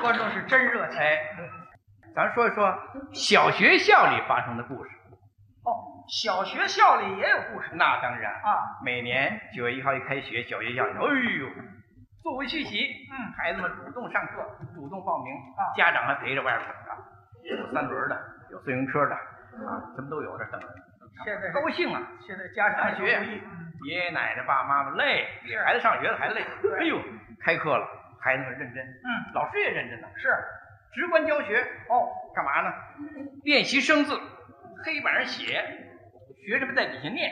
观众是真热情。咱说一说小学校里发生的故事。哦，小学校里也有故事那当然，啊。每年九月一号一开学，小学校里头，哎呦，作为续席，嗯，孩子们主动上课，主动报名，啊家长还陪着外边等着，有三轮的，有自行车的，啊，什么都有这等着，现在高兴啊！现在家长上也学注意，爷爷奶奶、爸爸妈妈累，给孩子上学了还累，哎呦，开课了，孩子们认真，嗯，老师也认真呢，是直观教学，哦，干嘛呢？练习生字，黑板上写，学生们在底下念，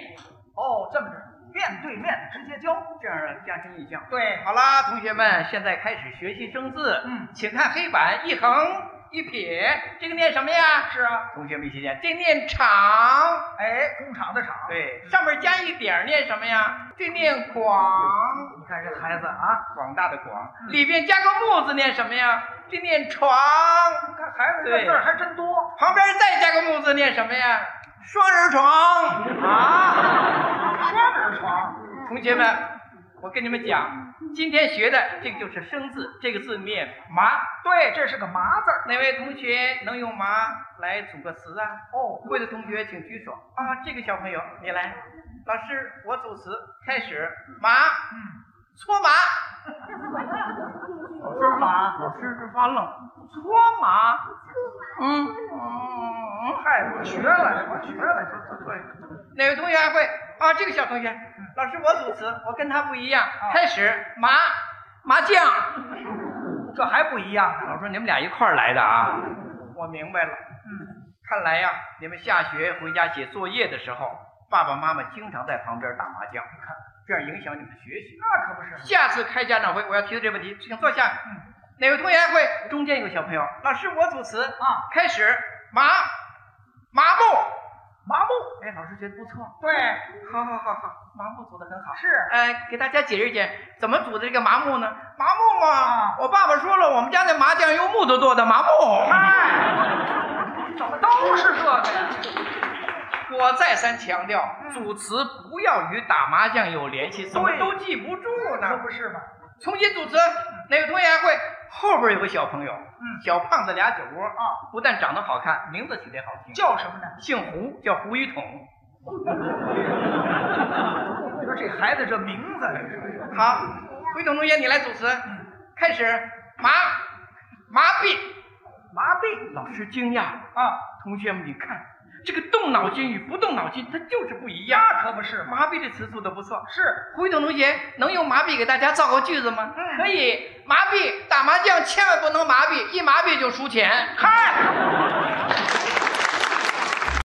哦，这么着，面对面直接教，这样加深印象。对，好啦，同学们，现在开始学习生字。嗯请看黑板，一横一撇，这个念什么呀？是啊，同学们一起念，这念场。哎，工厂的厂，，对，上面加一点儿念什么呀？这念广，你看这孩子啊，广大的广。嗯里边加个木字念什么呀？这念床。你看孩子这字儿还真多，旁边再加个木字念什么呀？双人床啊！双人床，同学们，我跟你们讲，今天学的这个就是生字，这个字念麻。对，这是个麻字儿，哪位同学能用麻来组个词啊？哦，会的同学请举手啊！这个小朋友你来，老师我组词，开始麻嗯，搓麻，老师麻，老师这发愣，搓麻，嗯嗯，嗨，我学了，我学了，这这对，哪位同学还会啊？这个小同学，老师我组词，我跟他不一样，开始麻麻将。这还不一样呢，老师你们俩一块儿来的啊？ 我明白了。嗯，看来呀，你们下学回家写作业的时候，爸爸妈妈经常在旁边打麻将，这样影响你们的学习。那可不是，下次开家长会，我要提出这问题，请坐下。嗯哪位同学会？中间有个小朋友，老师，我组词，啊，开始麻麻木。麻木，哎，老师觉得不错，对，好好好好，麻木组的很好。是，哎，给大家解释解释，怎么组的这个麻木呢？麻木嘛，啊我爸爸说了，我们家那麻将用木头做的麻木。哎嗨，怎么都是这个呀？我再三强调，嗯组词不要与打麻将有联系，怎么都记不住可呢？不是嘛，重新组词，哪个同学还会？后边有个小朋友，嗯，小胖子俩酒窝啊，不但长得好看，名字起得好听，叫什么呢？姓胡，叫胡一统。 你说这孩子这名字，你说是好，胡一统同学，你来主持，开始麻麻痹。麻痹老师惊讶，啊，同学们你看，这个动脑筋与不动脑筋，它就是不一样。那可不是嘛，麻痹这词组的不错。是胡一统同学能用麻痹给大家造个句子吗？嗯可以，麻痹打麻将千万不能麻痹，一麻痹就输钱。嗨，